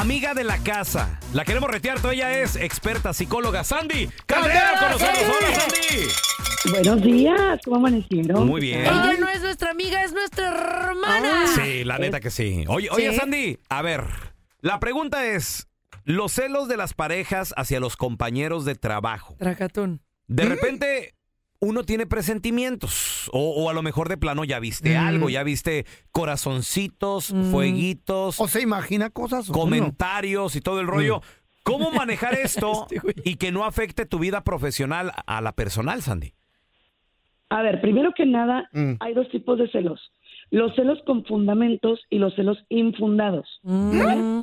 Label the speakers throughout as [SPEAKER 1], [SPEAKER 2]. [SPEAKER 1] amiga de la casa. La queremos retear, toda ella es experta psicóloga Sandy. Caldera con nosotros. Hola, Sandy.
[SPEAKER 2] Buenos días, ¿cómo amanecieron?
[SPEAKER 1] Muy bien.
[SPEAKER 3] Ella no es nuestra amiga, es nuestra hermana.
[SPEAKER 1] Sí, la neta que sí. Oye, oye,
[SPEAKER 3] Ah. Sí.
[SPEAKER 1] Sandy, a ver, la pregunta es, los celos de las parejas hacia los compañeros de trabajo.
[SPEAKER 3] Tracatún.
[SPEAKER 1] De repente uno tiene presentimientos o, o a lo mejor de plano ya viste
[SPEAKER 4] Mm.
[SPEAKER 1] algo, ya viste corazoncitos,
[SPEAKER 4] Mm.
[SPEAKER 1] fueguitos,
[SPEAKER 4] O se imagina cosas. uno.
[SPEAKER 1] comentarios y todo el rollo. ¿Cómo manejar esto
[SPEAKER 3] Mm. Este güey.
[SPEAKER 1] y que no afecte tu vida profesional a la personal, Sandy?
[SPEAKER 2] A ver, primero que nada,
[SPEAKER 4] Mm.
[SPEAKER 2] hay dos tipos de celos. Los celos con fundamentos y los celos infundados.
[SPEAKER 3] Mm.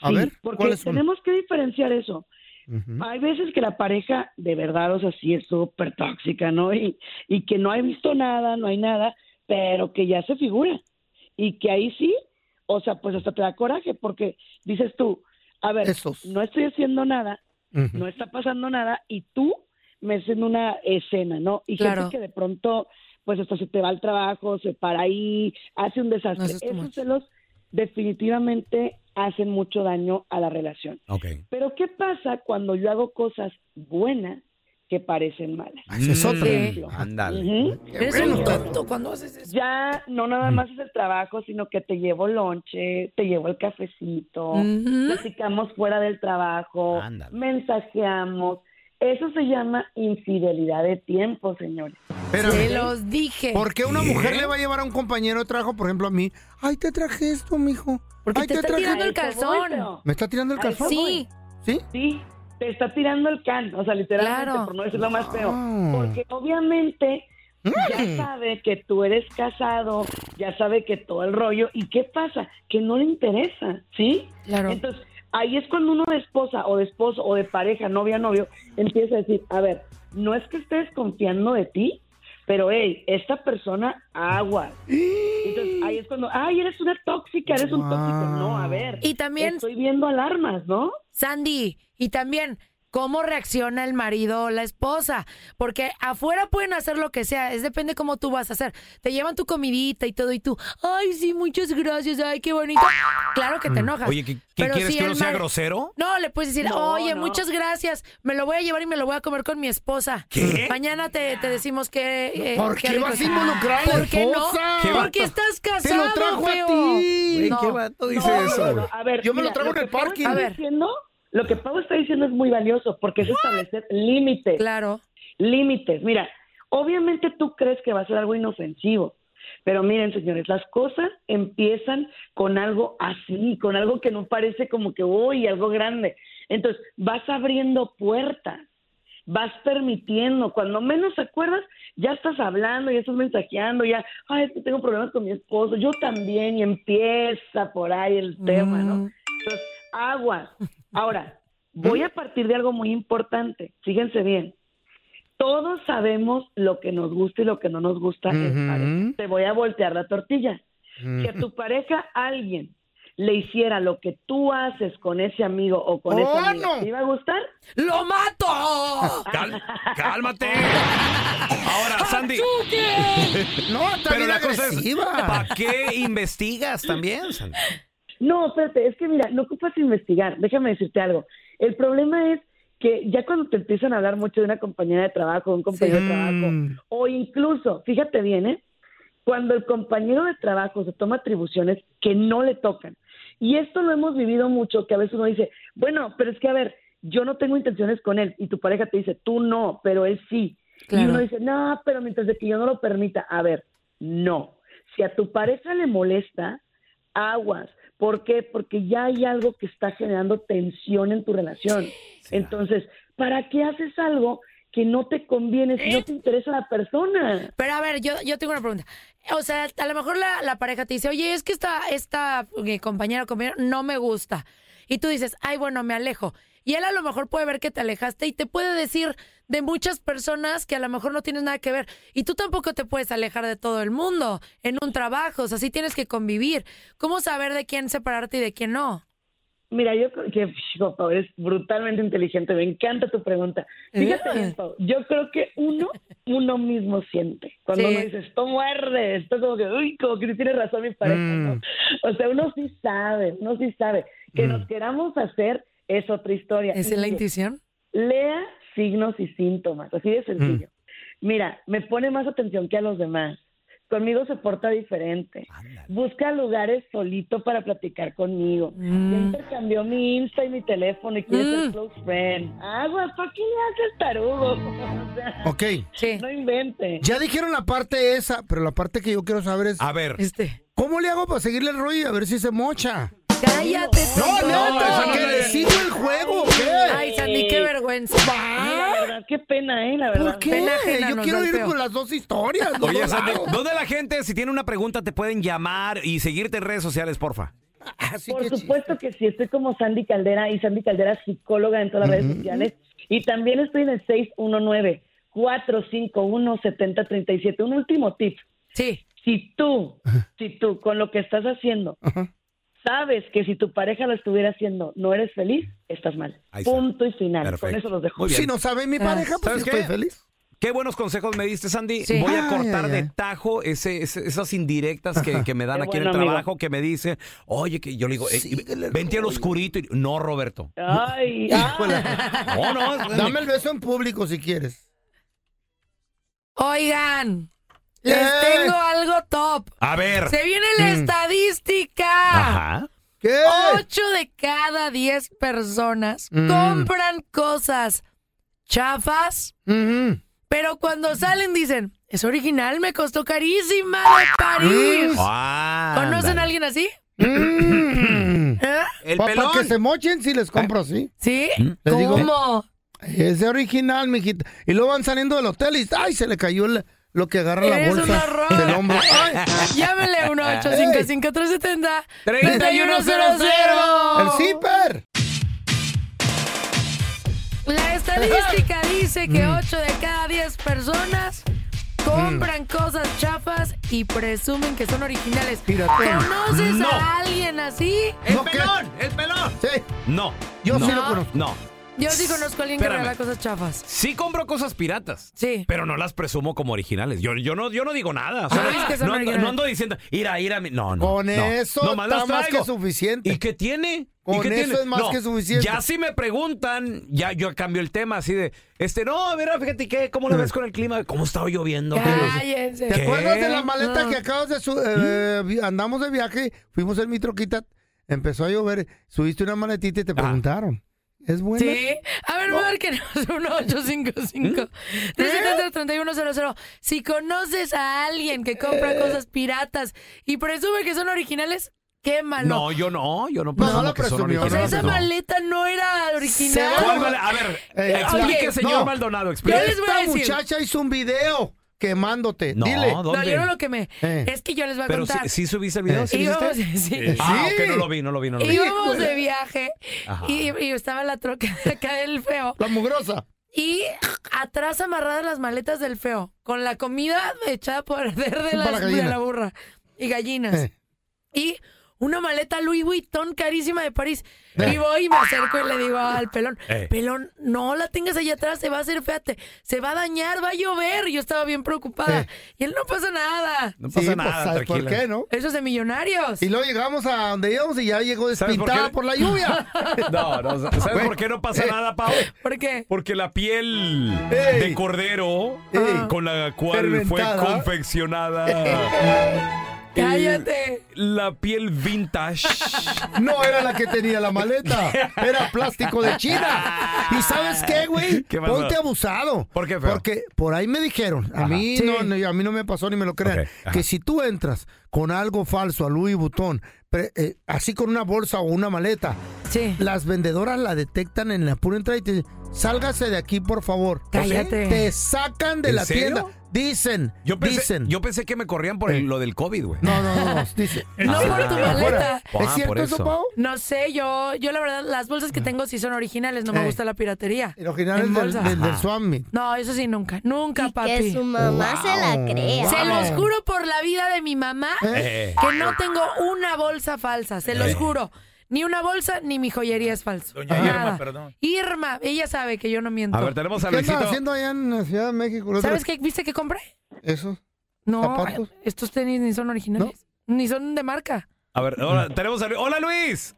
[SPEAKER 4] A
[SPEAKER 2] Sí,
[SPEAKER 4] ver,
[SPEAKER 2] porque
[SPEAKER 4] ¿cuáles son?
[SPEAKER 2] tenemos que diferenciar eso.
[SPEAKER 4] Ujú.
[SPEAKER 2] Hay veces que la pareja de verdad, o sea, sí es súper tóxica, ¿no? Y, y que no ha visto nada, no hay nada, pero que ya se figura. Y que ahí sí, o sea, pues hasta te da coraje porque dices tú, a ver,
[SPEAKER 4] Esos.
[SPEAKER 2] no estoy haciendo nada,
[SPEAKER 4] Ujú.
[SPEAKER 2] no está pasando nada y tú me haces una escena, ¿no? Y
[SPEAKER 3] Claro.
[SPEAKER 2] gente que de pronto, pues hasta se te va al trabajo, se para ahí, hace un
[SPEAKER 3] No,
[SPEAKER 2] desastre.
[SPEAKER 3] eso es too much.
[SPEAKER 2] Esos celos definitivamente hacen mucho daño a la relación.
[SPEAKER 1] Ok.
[SPEAKER 2] Pero ¿qué pasa cuando yo hago cosas buenas que parecen malas?
[SPEAKER 4] Ah, esa es
[SPEAKER 1] Mm.
[SPEAKER 4] otra.
[SPEAKER 3] Sí.
[SPEAKER 1] Ándale.
[SPEAKER 2] Ujú.
[SPEAKER 4] Qué
[SPEAKER 3] Eres
[SPEAKER 4] bueno.
[SPEAKER 3] un tonto cuando haces eso. Mm.
[SPEAKER 2] Ya no nada más es el trabajo, sino que te llevo lonche, te llevo el cafecito,
[SPEAKER 3] Ujú.
[SPEAKER 2] platicamos fuera del trabajo,
[SPEAKER 1] Ándale.
[SPEAKER 2] mensajeamos. Eso se llama infidelidad de tiempo, señores.
[SPEAKER 4] Espérame.
[SPEAKER 3] Se los dije.
[SPEAKER 4] ¿Por qué una
[SPEAKER 1] ¿Qué?
[SPEAKER 4] mujer le va a llevar a un compañero de trabajo, por ejemplo, a mí? Ay, te traje esto, mijo.
[SPEAKER 3] Porque
[SPEAKER 4] Ay,
[SPEAKER 3] te está
[SPEAKER 2] A
[SPEAKER 3] tirando el
[SPEAKER 2] eso
[SPEAKER 3] calzón.
[SPEAKER 2] voy, feo.
[SPEAKER 4] ¿Me está tirando el
[SPEAKER 2] Ay,
[SPEAKER 4] calzón?
[SPEAKER 3] Sí.
[SPEAKER 4] ¿Sí?
[SPEAKER 2] Sí, te está tirando el can, o sea, literalmente,
[SPEAKER 3] Claro.
[SPEAKER 2] por no decirlo más feo.
[SPEAKER 4] Wow.
[SPEAKER 2] Porque obviamente ya sabe que tú eres casado, ya sabe que todo el rollo, ¿y qué pasa? Que no le interesa, ¿sí?
[SPEAKER 3] Claro.
[SPEAKER 2] Entonces, ahí es cuando uno de esposa o de esposo o de pareja, novia, novio, empieza a decir, a ver, no es que estés confiando de ti, pero hey, esta persona agua. Entonces, ahí es cuando, ay, eres una tóxica, eres un tóxico. No,
[SPEAKER 1] Mm.
[SPEAKER 2] a ver.
[SPEAKER 3] Y también-
[SPEAKER 2] Estoy viendo alarmas, ¿no?
[SPEAKER 3] Sandy, y también cómo reacciona el marido o la esposa, porque afuera pueden hacer lo que sea, es depende cómo tú vas a hacer. Te llevan tu comidita y todo y tú, ay, sí, muchas gracias, ay, qué bonito. Claro que te enojas.
[SPEAKER 1] Mm. Oye, ¿qué, qué
[SPEAKER 3] Pero
[SPEAKER 1] quieres
[SPEAKER 3] si
[SPEAKER 1] que
[SPEAKER 3] el
[SPEAKER 1] uno sea
[SPEAKER 3] mar-
[SPEAKER 1] grosero?
[SPEAKER 3] No, le puedes decir,
[SPEAKER 2] No,
[SPEAKER 3] oye,
[SPEAKER 2] no.
[SPEAKER 3] muchas gracias, me lo voy a llevar y me lo voy a comer con mi esposa.
[SPEAKER 1] ¿Qué?
[SPEAKER 3] Mañana te, te decimos que... eh,
[SPEAKER 4] ¿Por qué
[SPEAKER 3] rico
[SPEAKER 4] vas a
[SPEAKER 3] está.
[SPEAKER 4] involucrar a la
[SPEAKER 3] ¿Por qué no?
[SPEAKER 4] esposa?
[SPEAKER 1] ¿Qué
[SPEAKER 3] Porque
[SPEAKER 1] vato?
[SPEAKER 3] estás
[SPEAKER 4] Te
[SPEAKER 3] casado,
[SPEAKER 4] lo trajo
[SPEAKER 3] feo.
[SPEAKER 4] a ti.
[SPEAKER 3] No.
[SPEAKER 4] dice
[SPEAKER 2] No, no, no, a ver,
[SPEAKER 4] Yo me lo
[SPEAKER 2] mira,
[SPEAKER 4] trago en
[SPEAKER 2] que
[SPEAKER 4] el
[SPEAKER 2] Pau
[SPEAKER 4] parking.
[SPEAKER 2] está
[SPEAKER 3] A ver.
[SPEAKER 2] diciendo- lo que Pau está diciendo es muy valioso porque es establecer límites.
[SPEAKER 3] Claro.
[SPEAKER 2] Límites. Mira, obviamente tú crees que va a ser algo inofensivo, pero miren, señores, las cosas empiezan con algo así, con algo que no parece como que, uy, algo grande. Entonces, vas abriendo puertas. vas permitiendo, cuando menos te acuerdas, ya estás hablando, ya estás mensajeando, ya, ay, es que tengo problemas con mi esposo, yo también, y empieza por ahí el tema,
[SPEAKER 3] Mm.
[SPEAKER 2] ¿no?
[SPEAKER 4] Mm.
[SPEAKER 2] Entonces, aguas. Ahora, voy a partir de algo muy importante, fíjense bien, todos sabemos lo que nos gusta y lo que no nos gusta en pareja. Te voy a voltear la tortilla. Si a tu pareja alguien le hiciera lo que tú haces con ese amigo o con
[SPEAKER 3] ¡Oh,
[SPEAKER 2] esa amiga,
[SPEAKER 3] no!
[SPEAKER 2] ¿te iba a gustar?
[SPEAKER 3] ¡Lo mato!
[SPEAKER 1] ¡Cálmate!
[SPEAKER 3] ¡Ah,
[SPEAKER 1] Ahora, Sandy.
[SPEAKER 4] No, está
[SPEAKER 1] Pero
[SPEAKER 4] bien
[SPEAKER 1] la cosa es,
[SPEAKER 4] agresiva.
[SPEAKER 1] ¿para qué investigas también, Sandy?
[SPEAKER 2] No, espérate, es que mira, no ocupas investigar, déjame decirte algo. El problema es que ya cuando te empiezan a hablar mucho de una compañera de trabajo, de un compañero de trabajo, o incluso, fíjate bien, ¿eh? cuando el compañero de trabajo se toma atribuciones que no le tocan. Y esto lo hemos vivido mucho, que a veces uno dice, bueno, pero es que a ver, yo no tengo intenciones con él, y tu pareja te dice, tú no, pero él sí. Y
[SPEAKER 3] Claro.
[SPEAKER 2] uno dice, no, pero mientras de que yo no lo permita, a ver, no. Si a tu pareja le molesta, aguas. ¿Por qué? Porque ya hay algo que está generando tensión en tu relación. Entonces, ¿para qué haces algo que no te conviene si no te interesa la persona?
[SPEAKER 3] Pero a ver, yo, yo tengo una pregunta. O sea, a lo mejor la, la pareja te dice, oye, es que esta, esta eh, compañera o compañero no me gusta. Y tú dices, ay, bueno, me alejo. Y él a lo mejor puede ver que te alejaste y te puede decir de muchas personas que a lo mejor no tienes nada que ver. Y tú tampoco te puedes alejar de todo el mundo en un trabajo. O sea, sí tienes que convivir. ¿Cómo saber de quién separarte y de quién no?
[SPEAKER 2] Mira, yo creo que hijo, Pau, eres brutalmente inteligente. Me encanta tu pregunta. Fíjate bien, Pau, Yo creo que uno, uno mismo siente. Cuando
[SPEAKER 3] Sí.
[SPEAKER 2] uno dice, esto muerde, esto como que, uy, como que tiene razón mi pareja. ¿no? O sea, uno sí sabe, uno sí sabe. Que nos queramos hacer es otra historia.
[SPEAKER 3] ¿Esa es la
[SPEAKER 2] Y mire,
[SPEAKER 3] intuición?
[SPEAKER 2] Lea signos y síntomas, así de
[SPEAKER 4] Mm.
[SPEAKER 2] sencillo. Mira, me pone más atención que a los demás. Conmigo se porta diferente. Busca lugares solito para platicar conmigo.
[SPEAKER 3] Mm.
[SPEAKER 2] Ya intercambió mi Insta y mi teléfono y quiere ser close friend. Agua, ¿para qué le haces tarugo? O sea,
[SPEAKER 4] Ok,
[SPEAKER 3] Sí.
[SPEAKER 2] no invente.
[SPEAKER 4] ya dijeron la parte esa, pero la parte que yo quiero saber es...
[SPEAKER 1] A ver.
[SPEAKER 3] Este.
[SPEAKER 4] ¿Cómo le hago para seguirle el rollo y a ver si se mocha?
[SPEAKER 3] Cállate.
[SPEAKER 4] No,
[SPEAKER 3] tonto!
[SPEAKER 4] no,
[SPEAKER 1] esa
[SPEAKER 4] no, que
[SPEAKER 1] no
[SPEAKER 4] le
[SPEAKER 1] es.
[SPEAKER 4] sigo el juego, ¿o ¿qué?
[SPEAKER 3] Ay, Sandy, qué vergüenza.
[SPEAKER 2] Ay, la verdad, qué pena, ¿eh? La verdad.
[SPEAKER 4] ¿Por qué?
[SPEAKER 3] Pena ajena,
[SPEAKER 4] Yo
[SPEAKER 3] nos
[SPEAKER 4] quiero
[SPEAKER 3] da el
[SPEAKER 4] ir
[SPEAKER 3] feo.
[SPEAKER 4] con las dos historias. los
[SPEAKER 1] Oye,
[SPEAKER 4] dos
[SPEAKER 1] Sandy,
[SPEAKER 4] lados.
[SPEAKER 1] ¿dónde la gente, si tiene una pregunta, te pueden llamar y seguirte en redes sociales, porfa?
[SPEAKER 4] Así
[SPEAKER 2] Por
[SPEAKER 4] que chis-
[SPEAKER 2] supuesto que sí, estoy como Sandy Caldera y Sandy Caldera es psicóloga en todas las redes sociales y también estoy en el 619 451 7037. Un último tip,
[SPEAKER 3] Sí.
[SPEAKER 2] si tú, si tú con lo que estás haciendo sabes que si tu pareja lo estuviera haciendo no eres feliz, estás mal.
[SPEAKER 1] Ahí está.
[SPEAKER 2] Punto y final. Con
[SPEAKER 1] Perfecto.
[SPEAKER 2] eso los dejo.
[SPEAKER 1] Muy bien.
[SPEAKER 4] Pues, Si no sabe mi pareja, pues
[SPEAKER 1] Ah. ¿Sabes
[SPEAKER 4] estoy
[SPEAKER 1] qué?
[SPEAKER 4] feliz.
[SPEAKER 1] Qué buenos consejos me diste, Sandy.
[SPEAKER 3] Sí.
[SPEAKER 1] Voy a
[SPEAKER 4] Ay,
[SPEAKER 1] cortar
[SPEAKER 4] ay,
[SPEAKER 1] de
[SPEAKER 4] ay.
[SPEAKER 1] tajo ese- ese- esas indirectas que, que me
[SPEAKER 2] Qué
[SPEAKER 1] dan aquí en el
[SPEAKER 2] bueno, amigo.
[SPEAKER 1] trabajo, que me dicen, oye, que yo le digo, "Ey,
[SPEAKER 4] Síguele,
[SPEAKER 1] vente al
[SPEAKER 4] rollo".
[SPEAKER 1] oscurito. y- no, Roberto.
[SPEAKER 2] Ah. Ay,
[SPEAKER 4] Híjole.
[SPEAKER 1] No, no. es-
[SPEAKER 4] Dame el beso en público si quieres.
[SPEAKER 3] Oigan, les
[SPEAKER 4] Eh.
[SPEAKER 3] tengo algo top.
[SPEAKER 1] A ver. Mm.
[SPEAKER 3] Se viene la estadística.
[SPEAKER 1] Ajá.
[SPEAKER 4] ¿Qué?
[SPEAKER 3] Ocho de cada diez personas
[SPEAKER 4] Mm.
[SPEAKER 3] compran cosas chafas,
[SPEAKER 1] Mm-hmm.
[SPEAKER 4] Ujú.
[SPEAKER 3] pero cuando salen dicen, es original, me costó carísima de París.
[SPEAKER 1] Ah,
[SPEAKER 3] ¿Conocen
[SPEAKER 1] ándale.
[SPEAKER 3] a alguien así?
[SPEAKER 4] Mm.
[SPEAKER 3] ¿Eh?
[SPEAKER 1] El
[SPEAKER 4] Pa-
[SPEAKER 1] pelón.
[SPEAKER 4] Para que se mochen si les compro así.
[SPEAKER 3] ¿Sí?
[SPEAKER 4] Les digo-
[SPEAKER 3] ¿Cómo?
[SPEAKER 4] Es de original, mijita. Y luego van saliendo del hotel y ¡ay! Se le cayó el- lo que agarra la
[SPEAKER 3] Eres un
[SPEAKER 4] bolsa
[SPEAKER 3] horror.
[SPEAKER 4] del hombro. ¡Ay!
[SPEAKER 3] Llámenle a 855 370 3100
[SPEAKER 4] ¡El zipper!
[SPEAKER 3] La estadística dice que
[SPEAKER 1] Mm.
[SPEAKER 3] 8 de cada 10 personas
[SPEAKER 1] Mm.
[SPEAKER 3] compran cosas chafas y presumen que son originales.
[SPEAKER 4] Piratón.
[SPEAKER 3] ¿Conoces
[SPEAKER 1] No.
[SPEAKER 3] a alguien así?
[SPEAKER 1] ¡El
[SPEAKER 4] No, ¿qué?
[SPEAKER 1] pelón! ¡El pelón!
[SPEAKER 4] Sí,
[SPEAKER 1] No.
[SPEAKER 4] yo
[SPEAKER 1] no,
[SPEAKER 4] sí lo conozco.
[SPEAKER 1] No.
[SPEAKER 3] Yo sí conozco a alguien
[SPEAKER 1] Espérame.
[SPEAKER 3] que regala cosas chafas.
[SPEAKER 1] Sí compro cosas piratas.
[SPEAKER 3] Sí.
[SPEAKER 1] Pero no las presumo como originales. Yo, yo, no, yo no digo nada. O sea,
[SPEAKER 3] Ah, es que son
[SPEAKER 1] no, ando,
[SPEAKER 3] originales.
[SPEAKER 1] no ando diciendo, ira, ira. mi-". No, no.
[SPEAKER 4] Con
[SPEAKER 1] no.
[SPEAKER 4] eso
[SPEAKER 1] Nomás
[SPEAKER 4] está
[SPEAKER 1] las
[SPEAKER 4] más
[SPEAKER 1] traigo.
[SPEAKER 4] que suficiente.
[SPEAKER 1] ¿Y qué tiene?
[SPEAKER 4] Con
[SPEAKER 1] ¿Y qué
[SPEAKER 4] eso es más que suficiente.
[SPEAKER 1] Ya si me preguntan, ya yo cambio el tema así de, este, no, mira, fíjate que, ¿cómo lo ves con el clima? ¿Cómo estaba lloviendo?
[SPEAKER 3] Cállense.
[SPEAKER 4] ¿Te
[SPEAKER 1] ¿Qué? ¿Mm?
[SPEAKER 4] acuerdas de la maleta
[SPEAKER 3] No.
[SPEAKER 4] que acabas de su- eh, vi- andamos de viaje, fuimos en mi troquita, empezó a llover, subiste una maletita y
[SPEAKER 1] Ah.
[SPEAKER 4] te preguntaron, ¿es buena?
[SPEAKER 3] Sí. A ver, márquenos 1855
[SPEAKER 1] ¿Eh?
[SPEAKER 3] 370 3100
[SPEAKER 1] Eh.
[SPEAKER 3] Si conoces a alguien que compra cosas piratas y presume que son originales, Quémalo.
[SPEAKER 1] No, yo no, yo no presumo
[SPEAKER 3] lo
[SPEAKER 1] que Pues son
[SPEAKER 3] presumió, O sea,
[SPEAKER 1] originales,
[SPEAKER 3] esa
[SPEAKER 1] no.
[SPEAKER 3] maleta no era original.
[SPEAKER 1] ¿Cuál vale? A ver,
[SPEAKER 4] Eh,
[SPEAKER 1] explique,
[SPEAKER 4] la-
[SPEAKER 1] señor
[SPEAKER 4] no.
[SPEAKER 1] Maldonado, explique.
[SPEAKER 4] Esta muchacha hizo un video quemándote.
[SPEAKER 1] No,
[SPEAKER 4] Dile. Eh.
[SPEAKER 1] ¿dónde? No, yo no lo
[SPEAKER 3] quemé. Es que yo les voy a
[SPEAKER 1] Pero sí,
[SPEAKER 3] contar.
[SPEAKER 1] sí subiste el video, ¿sí lo
[SPEAKER 3] Íbamos-
[SPEAKER 1] hiciste?
[SPEAKER 3] sí.
[SPEAKER 1] Ah,
[SPEAKER 3] Sí.
[SPEAKER 1] ok, no lo vi, no lo vi, no lo vi.
[SPEAKER 3] Íbamos de viaje
[SPEAKER 1] Ajá.
[SPEAKER 3] y, y estaba la troca de acá del feo.
[SPEAKER 4] La mugrosa.
[SPEAKER 3] Y atrás amarradas las maletas del feo, con la comida echada por perder de,
[SPEAKER 4] Para
[SPEAKER 3] las-
[SPEAKER 4] la
[SPEAKER 3] de
[SPEAKER 4] gallina.
[SPEAKER 3] la burra y gallinas.
[SPEAKER 4] Eh.
[SPEAKER 3] Y una maleta Louis Vuitton carísima de París. Y voy y me acerco y le digo al pelón,
[SPEAKER 5] Eh.
[SPEAKER 3] pelón, no la tengas allá atrás, se va a hacer fíjate, se va a dañar, va a llover. Yo estaba bien preocupada. Y él no pasa nada.
[SPEAKER 1] No pasa nada,
[SPEAKER 4] Eh. pues, ¿sabes por
[SPEAKER 1] tranquila.
[SPEAKER 4] qué, no?
[SPEAKER 3] Eso es de millonarios.
[SPEAKER 4] Y luego llegamos a donde íbamos y ya llegó
[SPEAKER 1] ¿Sabes por
[SPEAKER 4] despintada
[SPEAKER 1] qué?
[SPEAKER 4] por, la lluvia.
[SPEAKER 1] No, no, ¿sabes por qué no
[SPEAKER 4] eh,
[SPEAKER 1] pasa nada, Pau?
[SPEAKER 3] ¿Por qué?
[SPEAKER 1] Porque la piel de cordero con la cual
[SPEAKER 4] Fermentada.
[SPEAKER 1] fue confeccionada. el-
[SPEAKER 4] Cállate.
[SPEAKER 1] La piel vintage.
[SPEAKER 4] No era la que tenía la maleta. Era plástico de China. ¿Y sabes qué, güey?
[SPEAKER 1] ¿Qué pasó?
[SPEAKER 4] Ponte abusado. ¿Por qué, Porque por ahí me dijeron, a mí,
[SPEAKER 1] Sí.
[SPEAKER 4] no, no, a mí no me pasó ni me lo crean, que si tú entras con algo falso a Louis Vuitton, pre- eh, así con una bolsa o una maleta, las vendedoras la detectan en la pura entrada y te dicen, sálgase de aquí, por favor.
[SPEAKER 1] Cállate.
[SPEAKER 4] Te sacan de
[SPEAKER 1] ¿En
[SPEAKER 4] la
[SPEAKER 1] serio?
[SPEAKER 4] tienda. Dicen,
[SPEAKER 1] Yo pensé,
[SPEAKER 4] dicen.
[SPEAKER 1] yo pensé que me corrían por el- lo del COVID, güey.
[SPEAKER 4] No, no, no, dice.
[SPEAKER 3] No por tu maleta.
[SPEAKER 1] Ah, ¿Es cierto por eso, Ah. eso. Pau?
[SPEAKER 3] No sé, yo, yo la verdad, las bolsas que tengo sí son originales, no me
[SPEAKER 4] Eh.
[SPEAKER 3] gusta la piratería.
[SPEAKER 4] Originales
[SPEAKER 3] En
[SPEAKER 4] del,
[SPEAKER 3] bolsa.
[SPEAKER 4] del, del Swami.
[SPEAKER 3] No, eso sí, nunca, nunca, papi.
[SPEAKER 6] que su mamá se la crea.
[SPEAKER 3] Se los
[SPEAKER 6] Wow.
[SPEAKER 3] juro por la vida de mi mamá
[SPEAKER 6] Eh.
[SPEAKER 3] que no tengo una bolsa falsa, se los
[SPEAKER 6] Eh.
[SPEAKER 3] juro. Ni una bolsa ni mi joyería es falsa.
[SPEAKER 4] Doña
[SPEAKER 3] Nada.
[SPEAKER 4] Irma, perdón.
[SPEAKER 3] Irma, ella sabe que yo no miento.
[SPEAKER 1] A ver, tenemos a
[SPEAKER 4] ¿Qué andas
[SPEAKER 1] Luisito.
[SPEAKER 4] haciendo allá en la Ciudad de México? El otro-
[SPEAKER 3] ¿Sabes qué viste que compré?
[SPEAKER 4] Eso.
[SPEAKER 3] No,
[SPEAKER 4] ¿Zapatos?
[SPEAKER 3] estos tenis ni son originales, ni son de marca.
[SPEAKER 1] A ver, ahora tenemos a Lu- ¡Hola, Luis!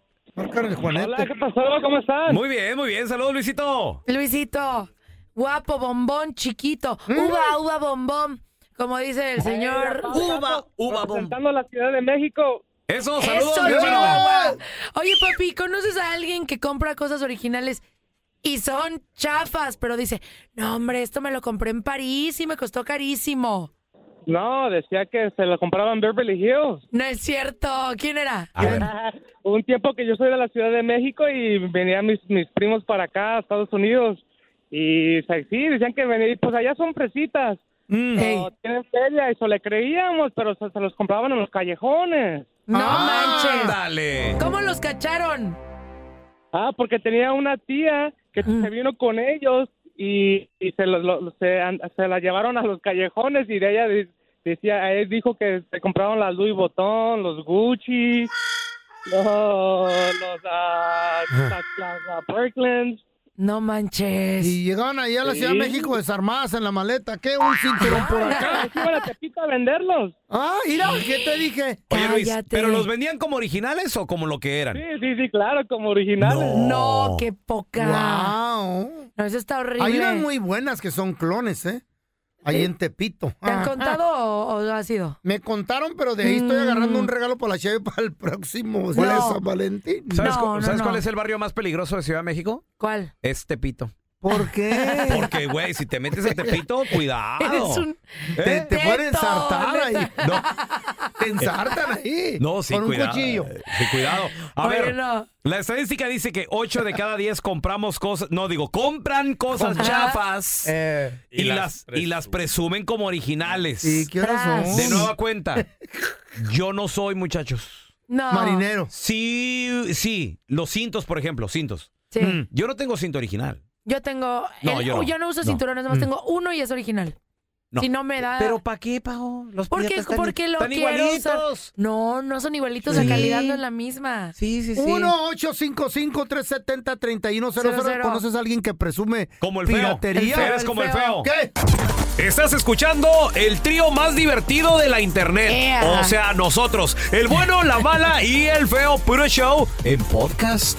[SPEAKER 7] Hola, ¿qué pasó? ¿Cómo estás?
[SPEAKER 1] Muy bien, muy bien. Saludos, Luisito.
[SPEAKER 3] Luisito, guapo, bombón, chiquito,
[SPEAKER 4] Mm.
[SPEAKER 3] uva, uva, bombón, como dice el señor. Uva, uva, bombón.
[SPEAKER 7] Representando la Ciudad de México.
[SPEAKER 1] Eso,
[SPEAKER 7] saludos,
[SPEAKER 3] Eso,
[SPEAKER 7] Luisito.
[SPEAKER 3] chihuahua. Oye, papi, ¿conoces a alguien que compra cosas originales y son chafas, pero dice, no, hombre, esto me lo compré en París y me costó carísimo?
[SPEAKER 7] No, decía que se lo compraba en Beverly Hills.
[SPEAKER 3] No es cierto. ¿Quién era?
[SPEAKER 7] Un tiempo que yo soy de la Ciudad de México y venían mis, mis primos para acá, a Estados Unidos. Y sa- sí, decían que venir, pues allá son fresitas. No, tienen feria, eso le creíamos, pero se, se los compraban en los callejones.
[SPEAKER 3] No
[SPEAKER 7] manches.
[SPEAKER 1] Dale.
[SPEAKER 3] ¿Cómo los cacharon?
[SPEAKER 7] Ah, porque tenía una tía que
[SPEAKER 3] Ah.
[SPEAKER 7] se vino con ellos y, y se, los- lo- se, an- se la llevaron a los callejones y de ella de- decía, él dijo que se compraron las Louis Vuitton, los Gucci,
[SPEAKER 3] Ah.
[SPEAKER 7] los, los ah, las- las, ah, Birkenstocks.
[SPEAKER 3] No manches.
[SPEAKER 4] Y llegaban ahí a la Ciudad de
[SPEAKER 7] Sí.
[SPEAKER 4] México desarmadas en la maleta. ¿Qué? Un cinturón por acá.
[SPEAKER 7] Iban a Tepito a venderlos.
[SPEAKER 4] Ah, mira, ¿qué te dije?
[SPEAKER 1] Oye, Luis, ¿pero los vendían como originales o como lo que eran?
[SPEAKER 7] Sí, sí, sí, claro, como originales.
[SPEAKER 3] No, qué poca.
[SPEAKER 4] Wow.
[SPEAKER 3] No, eso está horrible.
[SPEAKER 4] Hay unas muy buenas que son clones, ¿eh? Ahí en Tepito.
[SPEAKER 3] ¿Te han contado o, o ha sido?
[SPEAKER 4] Ah. Me contaron, pero de ahí estoy agarrando
[SPEAKER 3] Mm,
[SPEAKER 4] un regalo para la chave para el próximo día de
[SPEAKER 1] Mm. No.
[SPEAKER 4] San Valentín.
[SPEAKER 1] ¿Sabes, cu- sabes cuál es el barrio más peligroso de Ciudad de México?
[SPEAKER 3] ¿Cuál?
[SPEAKER 1] Es Tepito.
[SPEAKER 4] ¿Por qué?
[SPEAKER 1] Porque, güey, si te metes a Tepito, cuidado.
[SPEAKER 4] Eres un
[SPEAKER 1] ¿Eh?
[SPEAKER 4] Te pueden ensartar ahí.
[SPEAKER 1] No.
[SPEAKER 4] Te ensartan ahí.
[SPEAKER 1] No, sí,
[SPEAKER 4] Con un
[SPEAKER 1] cuidado.
[SPEAKER 4] cuchillo.
[SPEAKER 1] Sí, cuidado. A
[SPEAKER 4] Oye,
[SPEAKER 1] ver,
[SPEAKER 4] no.
[SPEAKER 1] la estadística dice que 8 de cada 10 compramos cosas, no digo, compran cosas chafas
[SPEAKER 4] Eh,
[SPEAKER 1] y, las, y las presumen como originales.
[SPEAKER 4] ¿Y qué horas son?
[SPEAKER 1] De nueva cuenta, yo no soy, muchachos.
[SPEAKER 3] No.
[SPEAKER 4] Marinero.
[SPEAKER 1] Sí, sí, los cintos, por ejemplo, cintos.
[SPEAKER 3] Sí.
[SPEAKER 1] Mm, Yo no tengo cinto original.
[SPEAKER 3] Yo tengo.
[SPEAKER 1] No,
[SPEAKER 3] el-
[SPEAKER 1] yo no.
[SPEAKER 3] uso
[SPEAKER 1] No.
[SPEAKER 3] cinturones, nomás
[SPEAKER 1] Mm.
[SPEAKER 3] tengo uno y es original.
[SPEAKER 1] No.
[SPEAKER 3] Si no me da.
[SPEAKER 1] ¿Pero para qué, Pago? Los
[SPEAKER 3] porque,
[SPEAKER 1] piratas están-
[SPEAKER 3] porque lo
[SPEAKER 1] están
[SPEAKER 3] quiero usar.
[SPEAKER 1] igualitos.
[SPEAKER 3] No, no son igualitos,
[SPEAKER 4] Sí.
[SPEAKER 3] la calidad no es la misma.
[SPEAKER 1] Sí,
[SPEAKER 4] 1-855-370-3100. ¿Conoces a alguien que presume
[SPEAKER 1] Como el feo.
[SPEAKER 4] piratería?
[SPEAKER 1] El feo, Eres el como el feo. feo.
[SPEAKER 4] ¿Qué?
[SPEAKER 1] Estás escuchando el trío más divertido de la internet.
[SPEAKER 4] Ea.
[SPEAKER 1] O sea, nosotros, el bueno, la mala y el feo puro show en podcast.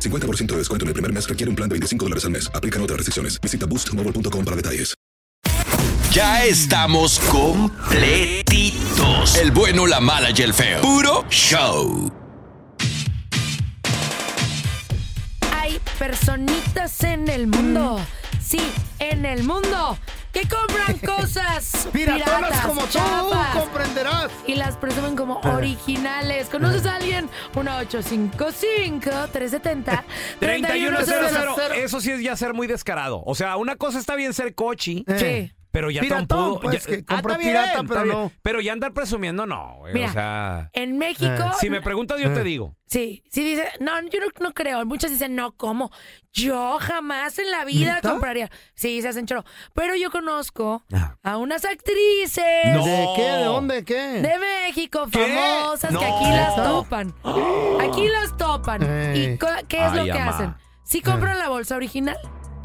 [SPEAKER 8] 50% de descuento en el primer mes requiere un plan de 25 dólares al mes. Aplican otras restricciones. Visita boostmobile.com para detalles.
[SPEAKER 5] Ya estamos completitos. El bueno, la mala y el feo. Puro show.
[SPEAKER 3] Hay personitas en el mundo.
[SPEAKER 4] Mm.
[SPEAKER 3] Sí, en el mundo. Que compran cosas
[SPEAKER 4] Piratonas
[SPEAKER 3] piratas,
[SPEAKER 4] como tú,
[SPEAKER 3] chafas,
[SPEAKER 4] comprenderás. Eh.
[SPEAKER 3] Y las presumen como originales. ¿Conoces a alguien? 1855-370-3100.
[SPEAKER 1] 3100. Eso sí es ya ser muy descarado. O sea, una cosa está bien ser cochi.
[SPEAKER 3] Sí.
[SPEAKER 1] Pero ya
[SPEAKER 4] Piratón,
[SPEAKER 1] tampoco.
[SPEAKER 4] pues,
[SPEAKER 1] ya- eh, ah,
[SPEAKER 4] que compra
[SPEAKER 1] está bien,
[SPEAKER 4] pirata,
[SPEAKER 1] está
[SPEAKER 4] pero
[SPEAKER 1] bien.
[SPEAKER 4] no.
[SPEAKER 1] Pero ya andar presumiendo, no, güey.
[SPEAKER 3] Mira,
[SPEAKER 1] o sea.
[SPEAKER 3] en
[SPEAKER 4] Eh.
[SPEAKER 3] México-
[SPEAKER 1] Si me preguntas, yo te digo.
[SPEAKER 3] Sí, sí dice, no, yo no, no creo. Muchas dicen, no, ¿cómo? Yo jamás en la vida
[SPEAKER 1] ¿Neta?
[SPEAKER 3] compraría. Sí, se hacen choro. Pero yo conozco a unas actrices.
[SPEAKER 4] No. Ah. ¿De qué? ¿De dónde? ¿Qué?
[SPEAKER 3] De México,
[SPEAKER 4] ¿Qué?
[SPEAKER 3] famosas, que aquí
[SPEAKER 4] No.
[SPEAKER 3] las topan. Aquí las topan.
[SPEAKER 4] Ey. Eh.
[SPEAKER 3] ¿Y co- qué es lo
[SPEAKER 4] Ay,
[SPEAKER 3] que
[SPEAKER 4] ama.
[SPEAKER 3] hacen? Sí compran la bolsa original,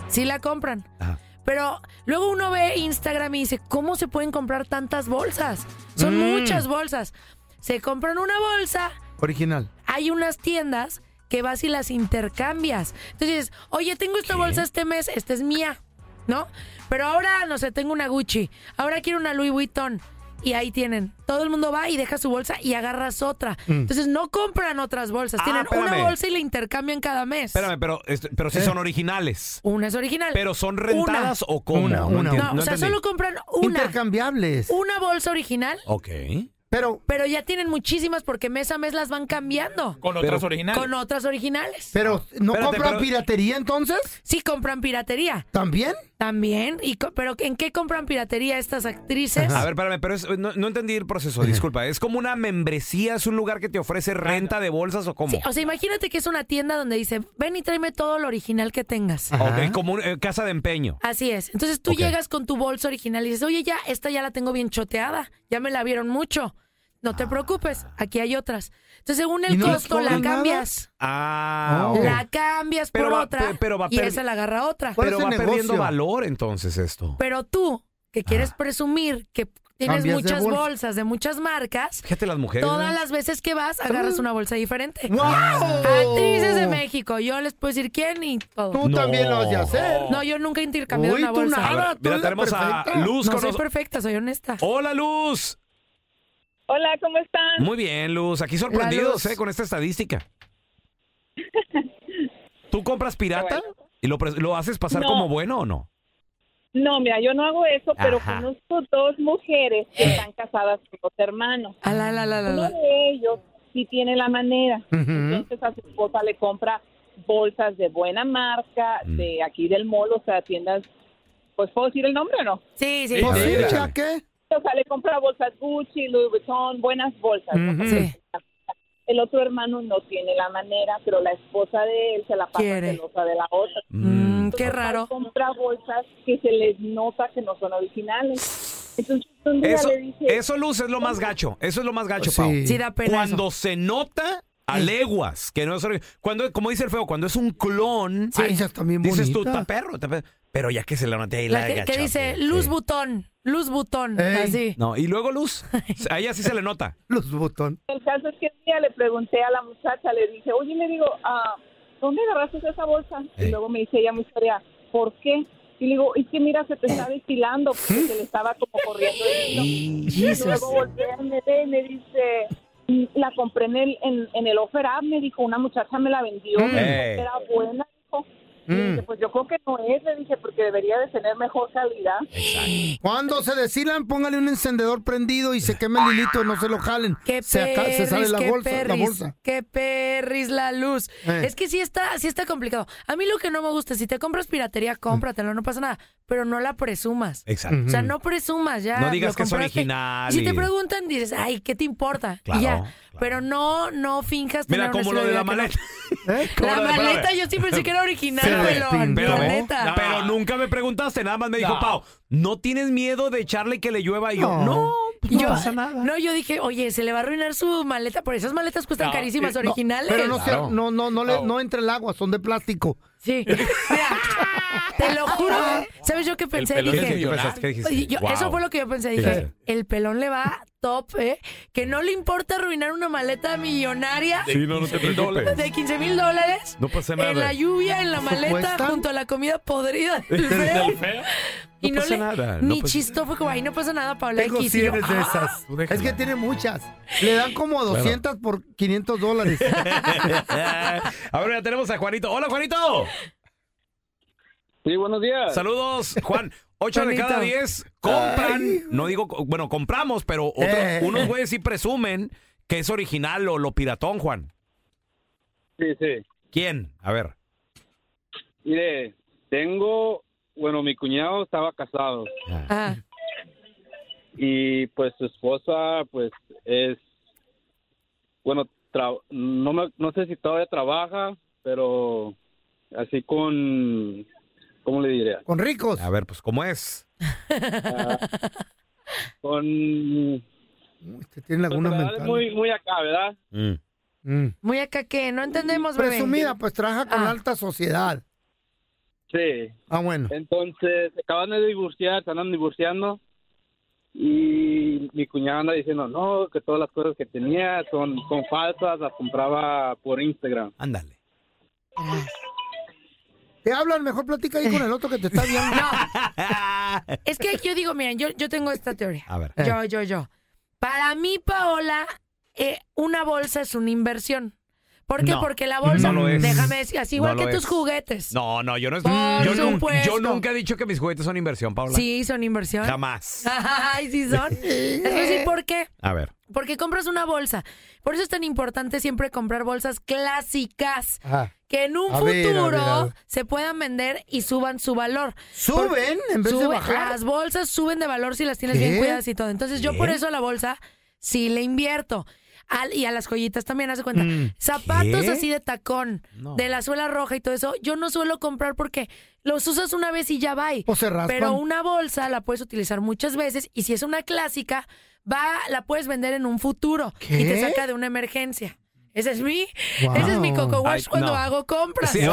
[SPEAKER 3] sí la compran.
[SPEAKER 4] Ah.
[SPEAKER 3] Pero luego uno ve Instagram y dice, ¿cómo se pueden comprar tantas bolsas? Son
[SPEAKER 4] Mm.
[SPEAKER 3] muchas bolsas. Se compran una bolsa,
[SPEAKER 4] Original.
[SPEAKER 3] hay unas tiendas que vas y las intercambias. Entonces, dices, oye, tengo esta bolsa este mes, esta es mía, ¿no? Pero ahora, no sé, tengo una Gucci, ahora quiero una Louis Vuitton. Y ahí tienen. Todo el mundo va y deja su bolsa y agarras otra.
[SPEAKER 1] Mm.
[SPEAKER 3] Entonces no compran otras bolsas.
[SPEAKER 1] Ah,
[SPEAKER 3] tienen
[SPEAKER 1] espérame.
[SPEAKER 3] una bolsa y la intercambian cada mes.
[SPEAKER 1] Espérame, pero, esto- pero
[SPEAKER 4] Eh.
[SPEAKER 1] sí son originales.
[SPEAKER 3] Una es original.
[SPEAKER 1] Pero son rentadas
[SPEAKER 3] Una.
[SPEAKER 1] o cómo?
[SPEAKER 4] Una,
[SPEAKER 1] No
[SPEAKER 4] una,
[SPEAKER 1] entiendo,
[SPEAKER 3] No, o sea,
[SPEAKER 1] entendí.
[SPEAKER 3] solo compran una.
[SPEAKER 4] Intercambiables.
[SPEAKER 3] Una bolsa original,
[SPEAKER 1] Ok.
[SPEAKER 4] Pero,
[SPEAKER 3] pero ya tienen muchísimas porque mes a mes las van cambiando.
[SPEAKER 4] Con otras Pero- originales.
[SPEAKER 3] Con otras originales.
[SPEAKER 4] pero ¿no
[SPEAKER 3] Espérate,
[SPEAKER 4] compran
[SPEAKER 3] pero-
[SPEAKER 4] piratería entonces?
[SPEAKER 3] Sí, compran piratería.
[SPEAKER 4] ¿También?
[SPEAKER 3] También. Y co- ¿Pero en qué compran piratería estas actrices?
[SPEAKER 1] A ver, espérame, pero es- no, no entendí el proceso, disculpa. ¿Es como una membresía? ¿Es un lugar que te ofrece renta de bolsas o cómo?
[SPEAKER 3] O sea, imagínate que es una tienda donde dice, ven y tráeme todo lo original que tengas.
[SPEAKER 1] Ok, como un- eh, casa de empeño.
[SPEAKER 3] Así es. Entonces tú llegas con tu bolsa original y dices, oye, ya, esta ya la tengo bien choteada. Ya me la vieron mucho. No te preocupes, aquí hay otras. Entonces, según el
[SPEAKER 1] ¿Y no les
[SPEAKER 3] costo, la
[SPEAKER 1] cobran nada?
[SPEAKER 3] cambias.
[SPEAKER 1] Ah,
[SPEAKER 4] Oh.
[SPEAKER 1] ok.
[SPEAKER 3] La cambias
[SPEAKER 1] Pero
[SPEAKER 3] por
[SPEAKER 1] va-
[SPEAKER 3] otra
[SPEAKER 1] pe- pero va
[SPEAKER 3] y
[SPEAKER 1] perdi-
[SPEAKER 3] esa la agarra otra.
[SPEAKER 1] Pero va perdiendo valor entonces esto.
[SPEAKER 3] Pero tú, que
[SPEAKER 4] Ah.
[SPEAKER 3] quieres presumir que tienes
[SPEAKER 1] Cambias de
[SPEAKER 3] muchas
[SPEAKER 1] bolsa.
[SPEAKER 3] bolsas de muchas marcas,
[SPEAKER 1] Fíjate las mujeres.
[SPEAKER 3] todas
[SPEAKER 1] ¿no?
[SPEAKER 3] las veces que vas agarras una bolsa diferente.
[SPEAKER 1] ¡Guau!
[SPEAKER 3] Actrices de México, yo les puedo decir quién y todo.
[SPEAKER 4] Tú No. también lo has de hacer.
[SPEAKER 3] No, yo nunca he intercambiado
[SPEAKER 4] Uy,
[SPEAKER 3] una
[SPEAKER 4] tú
[SPEAKER 3] bolsa.
[SPEAKER 4] nada, A ver, tú mira, eres
[SPEAKER 1] tenemos a perfecta. Luz
[SPEAKER 3] No
[SPEAKER 1] con
[SPEAKER 3] soy
[SPEAKER 1] nos-
[SPEAKER 3] perfecta, soy honesta.
[SPEAKER 1] Hola, Luz.
[SPEAKER 9] Hola, ¿cómo están?
[SPEAKER 1] Muy bien, Luz. Aquí
[SPEAKER 9] La
[SPEAKER 1] sorprendidos
[SPEAKER 9] Luz.
[SPEAKER 1] eh, con esta estadística. ¿Tú compras pirata? ¿Y lo, pres- lo haces pasar
[SPEAKER 9] No.
[SPEAKER 1] como bueno o no?
[SPEAKER 9] No, mira, yo no hago eso, pero
[SPEAKER 1] Ajá.
[SPEAKER 9] conozco dos mujeres que están casadas con dos hermanos. Uno de ellos sí tiene la manera. Entonces a su esposa le compra bolsas de buena marca, de aquí del mall, o sea, tiendas... Pues, ¿puedo decir el nombre o no?
[SPEAKER 3] Sí,
[SPEAKER 4] sí. Pues sí, ya qué.
[SPEAKER 9] O sea, le compra bolsas Gucci, Louis Vuitton, buenas bolsas. ¿no?
[SPEAKER 4] Ujú. Sí.
[SPEAKER 9] El otro hermano no tiene la manera, pero la esposa de él se la pasa
[SPEAKER 3] Quiere.
[SPEAKER 9] celosa de la otra.
[SPEAKER 3] Mm, qué raro.
[SPEAKER 9] Compra bolsas que se les nota que no son originales. Entonces, un día
[SPEAKER 1] Eso,
[SPEAKER 9] le dije,
[SPEAKER 1] eso, Luz, es lo más gacho. Eso es lo más gacho,
[SPEAKER 4] Sí.
[SPEAKER 1] Pau.
[SPEAKER 4] Sí, da pena
[SPEAKER 1] Cuando se nota a leguas que no es ori- cuando como dice el feo cuando es un clon
[SPEAKER 4] Sí. Ay, esas también
[SPEAKER 1] dices tú
[SPEAKER 4] bonitas.
[SPEAKER 1] está perro está perro". Pero ya que se la noté ahí
[SPEAKER 3] La
[SPEAKER 1] la,
[SPEAKER 3] que, que
[SPEAKER 1] agacha.
[SPEAKER 3] dice luz botón, luz botón, así.
[SPEAKER 1] No, y luego Luz. A ella sí se le nota.
[SPEAKER 4] Luz Botón.
[SPEAKER 9] El caso es que un día le pregunté a la muchacha, le dije, oye, le digo, ah, ¿dónde agarraste esa bolsa? Y luego me dice ella mi historia, ¿por qué? Y le digo, es que mira, se te está deshilando, porque se le estaba como corriendo el hilo. Y
[SPEAKER 3] Jesus.
[SPEAKER 9] luego volteé a ver y me dice, "Mm, la compré en el, en, en el offer app", me dijo, una muchacha me la vendió,
[SPEAKER 10] Mm.
[SPEAKER 9] me dijo
[SPEAKER 10] Ey.
[SPEAKER 9] que era buena, dijo. Y
[SPEAKER 4] Mm.
[SPEAKER 9] dije, pues yo creo que no es, le dije, porque debería de tener mejor calidad.
[SPEAKER 4] Cuando se deshilan, póngale un encendedor prendido y se queme el hilito, no se lo jalen.
[SPEAKER 3] Qué
[SPEAKER 4] se, aca- se
[SPEAKER 3] perris,
[SPEAKER 4] sale la
[SPEAKER 3] qué
[SPEAKER 4] bolsa, la
[SPEAKER 3] perris,
[SPEAKER 4] bolsa.
[SPEAKER 3] Qué perris la luz.
[SPEAKER 4] Eh.
[SPEAKER 3] Es que sí está, sí está complicado. A mí lo que no me gusta, si te compras piratería, cómpratelo, no pasa nada. Pero no la presumas.
[SPEAKER 1] Exacto.
[SPEAKER 3] O sea, no presumas ya.
[SPEAKER 1] No digas
[SPEAKER 3] lo
[SPEAKER 1] que es
[SPEAKER 3] compraste.
[SPEAKER 1] original
[SPEAKER 3] Y Si te
[SPEAKER 1] y-
[SPEAKER 3] preguntan, dices, ay, ¿qué te importa? Y
[SPEAKER 1] Claro,
[SPEAKER 3] ya. Pero no, no finjas tener
[SPEAKER 1] Mira,
[SPEAKER 3] una
[SPEAKER 1] como lo de la
[SPEAKER 3] seguridad
[SPEAKER 1] maleta.
[SPEAKER 3] que no- ¿Eh? La maleta, yo sí pensé que era original,
[SPEAKER 1] Pero,
[SPEAKER 3] pelón.
[SPEAKER 1] pero-
[SPEAKER 3] la neta.
[SPEAKER 1] pero nunca me preguntaste, nada más me dijo,
[SPEAKER 3] No.
[SPEAKER 1] Pau, ¿no tienes miedo de echarle que le llueva? Y yo, no,
[SPEAKER 3] Y yo, No, yo dije, oye, se le va a arruinar su maleta, por esas maletas cuestan
[SPEAKER 4] No,
[SPEAKER 3] carísimas
[SPEAKER 4] eh, no,
[SPEAKER 3] originales.
[SPEAKER 4] pero no, se- no, no, no, le- no entra el agua, son de plástico.
[SPEAKER 3] Sí. Te lo juro. ¿Sabes yo qué pensé?
[SPEAKER 4] pelón
[SPEAKER 3] dije,
[SPEAKER 4] es millonario. ¿Qué pensaste? ¿Qué dijiste?
[SPEAKER 3] Oye, yo-
[SPEAKER 4] Wow.
[SPEAKER 3] Eso fue lo que yo pensé.
[SPEAKER 4] ¿Qué
[SPEAKER 3] Dije,
[SPEAKER 4] dijiste?
[SPEAKER 3] el pelón le va top, ¿eh? Que no le importa arruinar una maleta millonaria.
[SPEAKER 1] Sí, no, no te preocupes.
[SPEAKER 3] De 15 mil dólares.
[SPEAKER 1] No pasa
[SPEAKER 3] En
[SPEAKER 1] nada.
[SPEAKER 3] la lluvia, en la
[SPEAKER 1] ¿Eso
[SPEAKER 3] maleta,
[SPEAKER 1] cuesta?
[SPEAKER 3] junto a la comida podrida del
[SPEAKER 1] Del
[SPEAKER 3] feo.
[SPEAKER 1] feo.
[SPEAKER 3] Y
[SPEAKER 1] No
[SPEAKER 3] no
[SPEAKER 1] pasa
[SPEAKER 3] le,
[SPEAKER 1] nada, no
[SPEAKER 3] ni
[SPEAKER 1] pasa-
[SPEAKER 3] chistó, fue como, ahí no pasa nada, Pablo.
[SPEAKER 4] Tengo
[SPEAKER 3] X", y yo,
[SPEAKER 4] cienes de
[SPEAKER 3] "Ah".
[SPEAKER 4] esas. Es que tiene muchas. Le dan como
[SPEAKER 1] Claro.
[SPEAKER 4] 200 por 500 dólares.
[SPEAKER 1] a ver, ya tenemos a Juanito. Hola, Juanito.
[SPEAKER 11] Sí, buenos días.
[SPEAKER 1] Saludos, Juan. Ocho de
[SPEAKER 11] Juanito.
[SPEAKER 1] cada diez compran, no digo, co- bueno, compramos, pero otros-
[SPEAKER 11] Eh.
[SPEAKER 1] unos güeyes sí presumen que es original o lo piratón, Juan.
[SPEAKER 11] Sí, sí.
[SPEAKER 1] ¿Quién? A ver.
[SPEAKER 11] Mire, tengo, bueno, mi cuñado estaba casado
[SPEAKER 2] Ah.
[SPEAKER 11] y pues su esposa, pues es, bueno, tra- no, me- no sé si todavía trabaja, pero así con, ¿cómo le diría?
[SPEAKER 4] Con ricos.
[SPEAKER 1] A ver, pues, ¿cómo es?
[SPEAKER 11] Ah, Con...
[SPEAKER 4] tiene
[SPEAKER 11] laguna
[SPEAKER 4] mental.
[SPEAKER 11] Muy, muy acá, ¿verdad?
[SPEAKER 3] Muy acá que no entendemos, bebé. Ah.
[SPEAKER 4] Presumida, pues trabaja con alta sociedad.
[SPEAKER 11] Sí.
[SPEAKER 4] Ah, bueno.
[SPEAKER 11] Entonces, se acaban de divorciar, se andan divorciando. Y mi cuñada anda diciendo, no, que todas las cosas que tenía son, son falsas, las compraba por Instagram.
[SPEAKER 1] Ándale.
[SPEAKER 4] Te hablan, mejor platica ahí con el otro que te está viendo.
[SPEAKER 3] Es que yo digo, miren, yo, yo tengo esta teoría.
[SPEAKER 1] A ver.
[SPEAKER 3] Yo, yo, yo. Para mí, Paola, eh, una bolsa es una inversión. ¿Por qué?
[SPEAKER 1] No,
[SPEAKER 3] Porque la bolsa,
[SPEAKER 1] no lo es.
[SPEAKER 3] déjame decir, así igual
[SPEAKER 1] No
[SPEAKER 3] que
[SPEAKER 1] lo
[SPEAKER 3] tus
[SPEAKER 1] es.
[SPEAKER 3] juguetes.
[SPEAKER 1] No, no, yo no es.
[SPEAKER 3] Por
[SPEAKER 1] Yo, nun-
[SPEAKER 3] supuesto.
[SPEAKER 1] yo nunca he dicho que mis juguetes son inversión, Paula.
[SPEAKER 3] Sí, son inversión.
[SPEAKER 1] Jamás.
[SPEAKER 3] Ay, sí son. Es decir, ¿por qué?
[SPEAKER 1] A ver.
[SPEAKER 3] Porque compras una bolsa. Por eso es tan importante siempre comprar bolsas clásicas.
[SPEAKER 4] Ajá.
[SPEAKER 3] Que en un
[SPEAKER 4] A ver, a
[SPEAKER 3] futuro
[SPEAKER 4] ver, a ver.
[SPEAKER 3] se puedan vender y suban su valor.
[SPEAKER 4] ¿Suben
[SPEAKER 3] Porque
[SPEAKER 4] en vez de
[SPEAKER 3] suben,
[SPEAKER 4] bajar?
[SPEAKER 3] Las bolsas suben de valor si las tienes
[SPEAKER 4] ¿Qué?
[SPEAKER 3] bien cuidadas y todo. Entonces yo
[SPEAKER 4] ¿Qué?
[SPEAKER 3] por eso a la bolsa sí le invierto. Al- y a las joyitas también, hace cuenta.
[SPEAKER 4] Mm,
[SPEAKER 3] Zapatos
[SPEAKER 4] ¿qué?
[SPEAKER 3] así de tacón,
[SPEAKER 4] No.
[SPEAKER 3] de la suela roja y todo eso, yo no suelo comprar porque los usas una vez y ya va.
[SPEAKER 4] O se raspan.
[SPEAKER 3] Pero una bolsa la puedes utilizar muchas veces y si es una clásica, va, la puedes vender en un futuro y te
[SPEAKER 1] ¿Qué?
[SPEAKER 3] saca de una emergencia. Ese es mi, ese es mi
[SPEAKER 1] Wow.
[SPEAKER 3] coco wash
[SPEAKER 1] Ay,
[SPEAKER 3] cuando
[SPEAKER 1] no.
[SPEAKER 3] hago compras.
[SPEAKER 1] Sí, wow.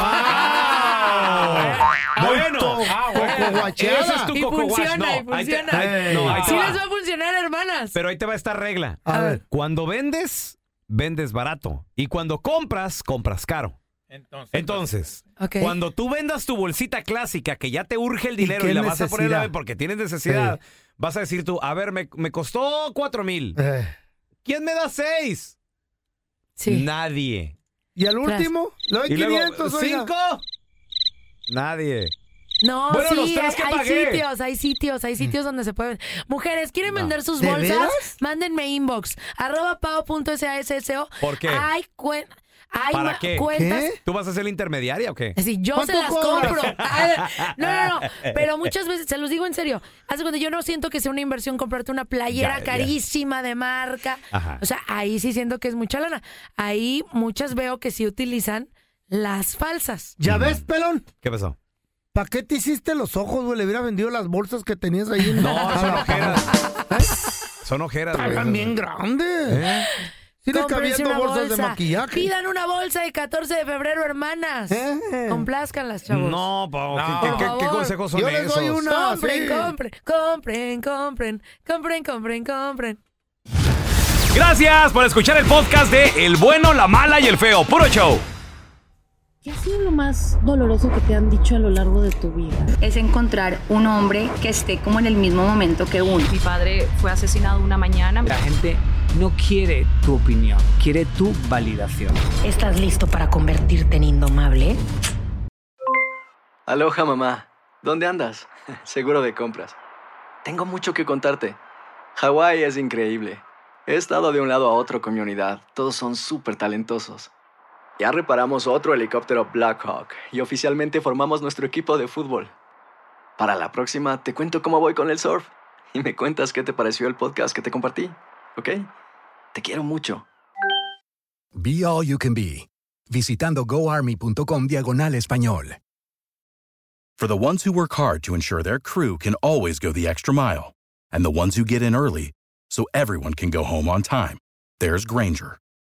[SPEAKER 1] Bueno, ah, bueno.
[SPEAKER 3] guacheada.
[SPEAKER 1] Ese es tu
[SPEAKER 3] Y
[SPEAKER 1] coco wash.
[SPEAKER 3] funciona, y
[SPEAKER 1] No, ahí te-
[SPEAKER 3] funciona.
[SPEAKER 1] ahí- no, ahí te
[SPEAKER 3] Sí
[SPEAKER 1] va.
[SPEAKER 3] les va a funcionar, hermanas.
[SPEAKER 1] Pero ahí te va esta regla.
[SPEAKER 4] A ver.
[SPEAKER 1] Cuando vendes, vendes barato. Y cuando compras, compras caro. Entonces,
[SPEAKER 3] Ok.
[SPEAKER 1] cuando tú vendas tu bolsita clásica que ya te urge el dinero
[SPEAKER 4] qué
[SPEAKER 1] y, la vas a poner a la
[SPEAKER 4] necesidad?
[SPEAKER 1] venta porque tienes necesidad, vas a decir tú, a ver, me, me costó cuatro mil.
[SPEAKER 4] Eh.
[SPEAKER 1] ¿Quién me da seis? Nadie.
[SPEAKER 4] Y al último, le doy
[SPEAKER 1] Y luego,
[SPEAKER 4] 500, oiga.
[SPEAKER 1] ¿Cinco? Nadie.
[SPEAKER 3] No,
[SPEAKER 1] Bueno,
[SPEAKER 3] Oh, sí,
[SPEAKER 1] los tres que
[SPEAKER 3] hay
[SPEAKER 1] pagué.
[SPEAKER 3] sitios, hay sitios, hay sitios donde se pueden. Mujeres, ¿quieren vender sus
[SPEAKER 1] ¿De
[SPEAKER 3] bolsas?
[SPEAKER 1] veras?
[SPEAKER 3] Mándenme inbox, arroba pao.sasso.
[SPEAKER 1] ¿Por qué?
[SPEAKER 3] Hay, cuen- hay
[SPEAKER 1] ¿Para
[SPEAKER 3] ma-
[SPEAKER 1] qué?
[SPEAKER 3] cuentas.
[SPEAKER 1] ¿Tú vas a ser la intermediaria o qué?
[SPEAKER 3] Es decir, yo se las compro. Ah, No, no, no. Pero muchas veces, se los digo en serio, hace cuando yo no siento que sea una inversión comprarte una playera
[SPEAKER 1] Ya, ya.
[SPEAKER 3] carísima de marca.
[SPEAKER 1] Ajá.
[SPEAKER 3] O sea, ahí sí siento que es mucha lana. Ahí muchas veo que sí utilizan las falsas.
[SPEAKER 4] ¿Ya ves, pelón?
[SPEAKER 1] ¿Qué pasó?
[SPEAKER 4] ¿Para qué te hiciste los ojos, güey? Le hubiera vendido las bolsas que tenías ahí. En
[SPEAKER 1] No,
[SPEAKER 4] a
[SPEAKER 1] son
[SPEAKER 4] la-
[SPEAKER 1] ojeras. Son ojeras. güey.
[SPEAKER 4] Estaban bien grandes.
[SPEAKER 1] ¿Eh?
[SPEAKER 4] Sí les
[SPEAKER 3] Cómprense
[SPEAKER 4] cabían
[SPEAKER 3] una
[SPEAKER 4] dos bolsas de maquillaje.
[SPEAKER 3] Pidan una bolsa de 14 de febrero, hermanas.
[SPEAKER 4] Eh.
[SPEAKER 3] Complázcanlas, chavos.
[SPEAKER 1] No, Pau,
[SPEAKER 3] No.
[SPEAKER 1] ¿qué, qué-
[SPEAKER 3] Por
[SPEAKER 1] qué
[SPEAKER 3] favor.
[SPEAKER 1] consejos son
[SPEAKER 4] Yo les
[SPEAKER 1] esos?
[SPEAKER 4] doy una,
[SPEAKER 3] compren,
[SPEAKER 4] sí.
[SPEAKER 3] compren, compren, compren, compren, compren, compren.
[SPEAKER 1] Gracias por escuchar el podcast de El bueno, la mala y el feo. Puro show.
[SPEAKER 10] ¿Qué ha sido lo más doloroso que te han dicho a lo largo de tu vida?
[SPEAKER 12] es encontrar un hombre que esté como en el mismo momento que uno. Mi padre fue asesinado una mañana.
[SPEAKER 13] La gente no quiere tu opinión, quiere tu validación.
[SPEAKER 14] ¿Estás listo para convertirte en indomable?
[SPEAKER 15] Aloha mamá, ¿dónde andas? Seguro de compras. Tengo mucho que contarte. Hawái es increíble. He estado de un lado a otro con mi unidad. Todos son súper talentosos. Ya reparamos otro helicóptero Blackhawk y oficialmente formamos nuestro equipo de fútbol. Para la próxima te cuento cómo voy con el surf y me cuentas qué te pareció el podcast que te compartí, ¿ok? Te quiero mucho.
[SPEAKER 16] Be All You Can Be. Visitando goarmy.com diagonal español.
[SPEAKER 17] For the ones who work hard to ensure their crew can always go the extra mile, and the ones who get in early so everyone can go home on time, there's Granger,